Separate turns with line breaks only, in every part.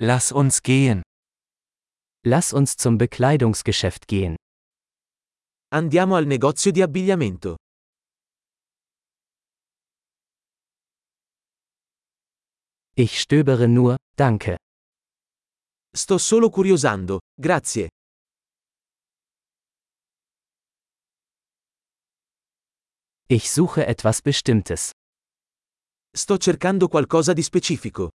Lass uns gehen.
Lass uns zum Bekleidungsgeschäft gehen.
Andiamo al negozio di abbigliamento.
Ich stöbere nur, danke.
Sto solo curiosando, grazie.
Ich suche etwas Bestimmtes.
Sto cercando qualcosa di specifico.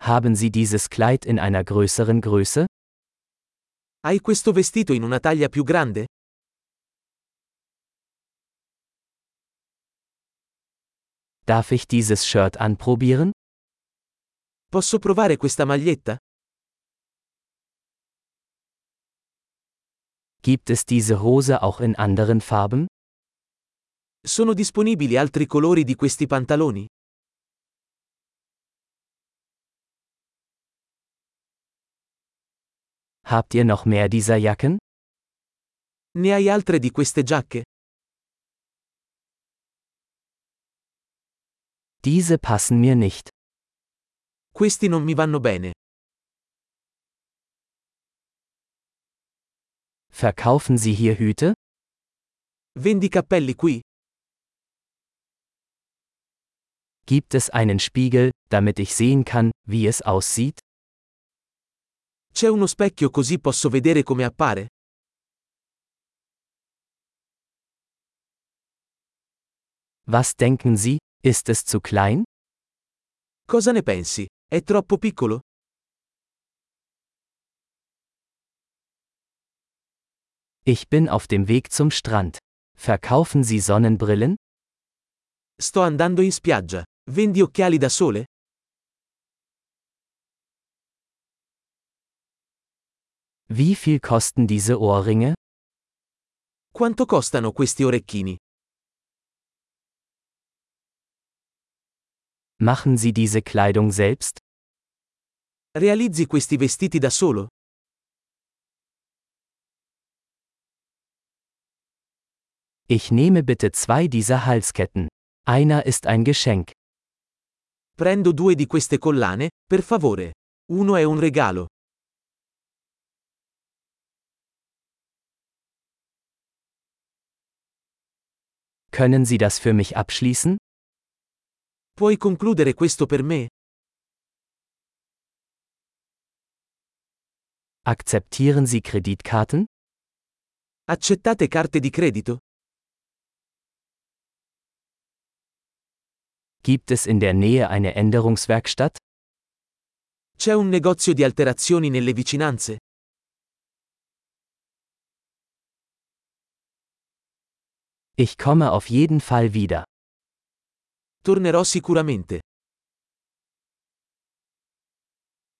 Haben Sie dieses Kleid in einer größeren Größe?
Hai questo vestito in una taglia più grande?
Darf ich dieses Shirt anprobieren?
Posso provare questa maglietta?
Gibt es diese Hose auch in anderen Farben?
Sono disponibili altri colori di questi pantaloni?
Habt ihr noch mehr dieser Jacken?
Ne hai altre di queste giacche?
Diese passen mir nicht.
Questi non mi vanno bene.
Verkaufen Sie hier Hüte?
Vendi cappelli qui?
Gibt es einen Spiegel, damit ich sehen kann, wie es aussieht?
C'è uno specchio così posso vedere come appare?
Was denken Sie, ist es zu klein?
Cosa ne pensi? È troppo piccolo?
Ich bin auf dem Weg zum Strand. Verkaufen Sie Sonnenbrillen?
Sto andando in spiaggia. Vendi occhiali da sole?
Wie viel kosten diese Ohrringe?
Quanto costano questi orecchini?
Machen Sie diese Kleidung selbst?
Realizzi questi vestiti da solo?
Ich nehme bitte zwei dieser Halsketten. Einer ist ein Geschenk.
Prendo due di queste collane, per favore. Uno è un regalo.
Können Sie das für mich abschließen?
Puoi concludere questo per me?
Akzeptieren Sie Kreditkarten?
Accettate carte di credito?
Gibt es in der Nähe eine Änderungswerkstatt?
C'è un negozio di alterazioni nelle vicinanze?
Ich komme auf jeden Fall wieder.
Tornerò sicuramente.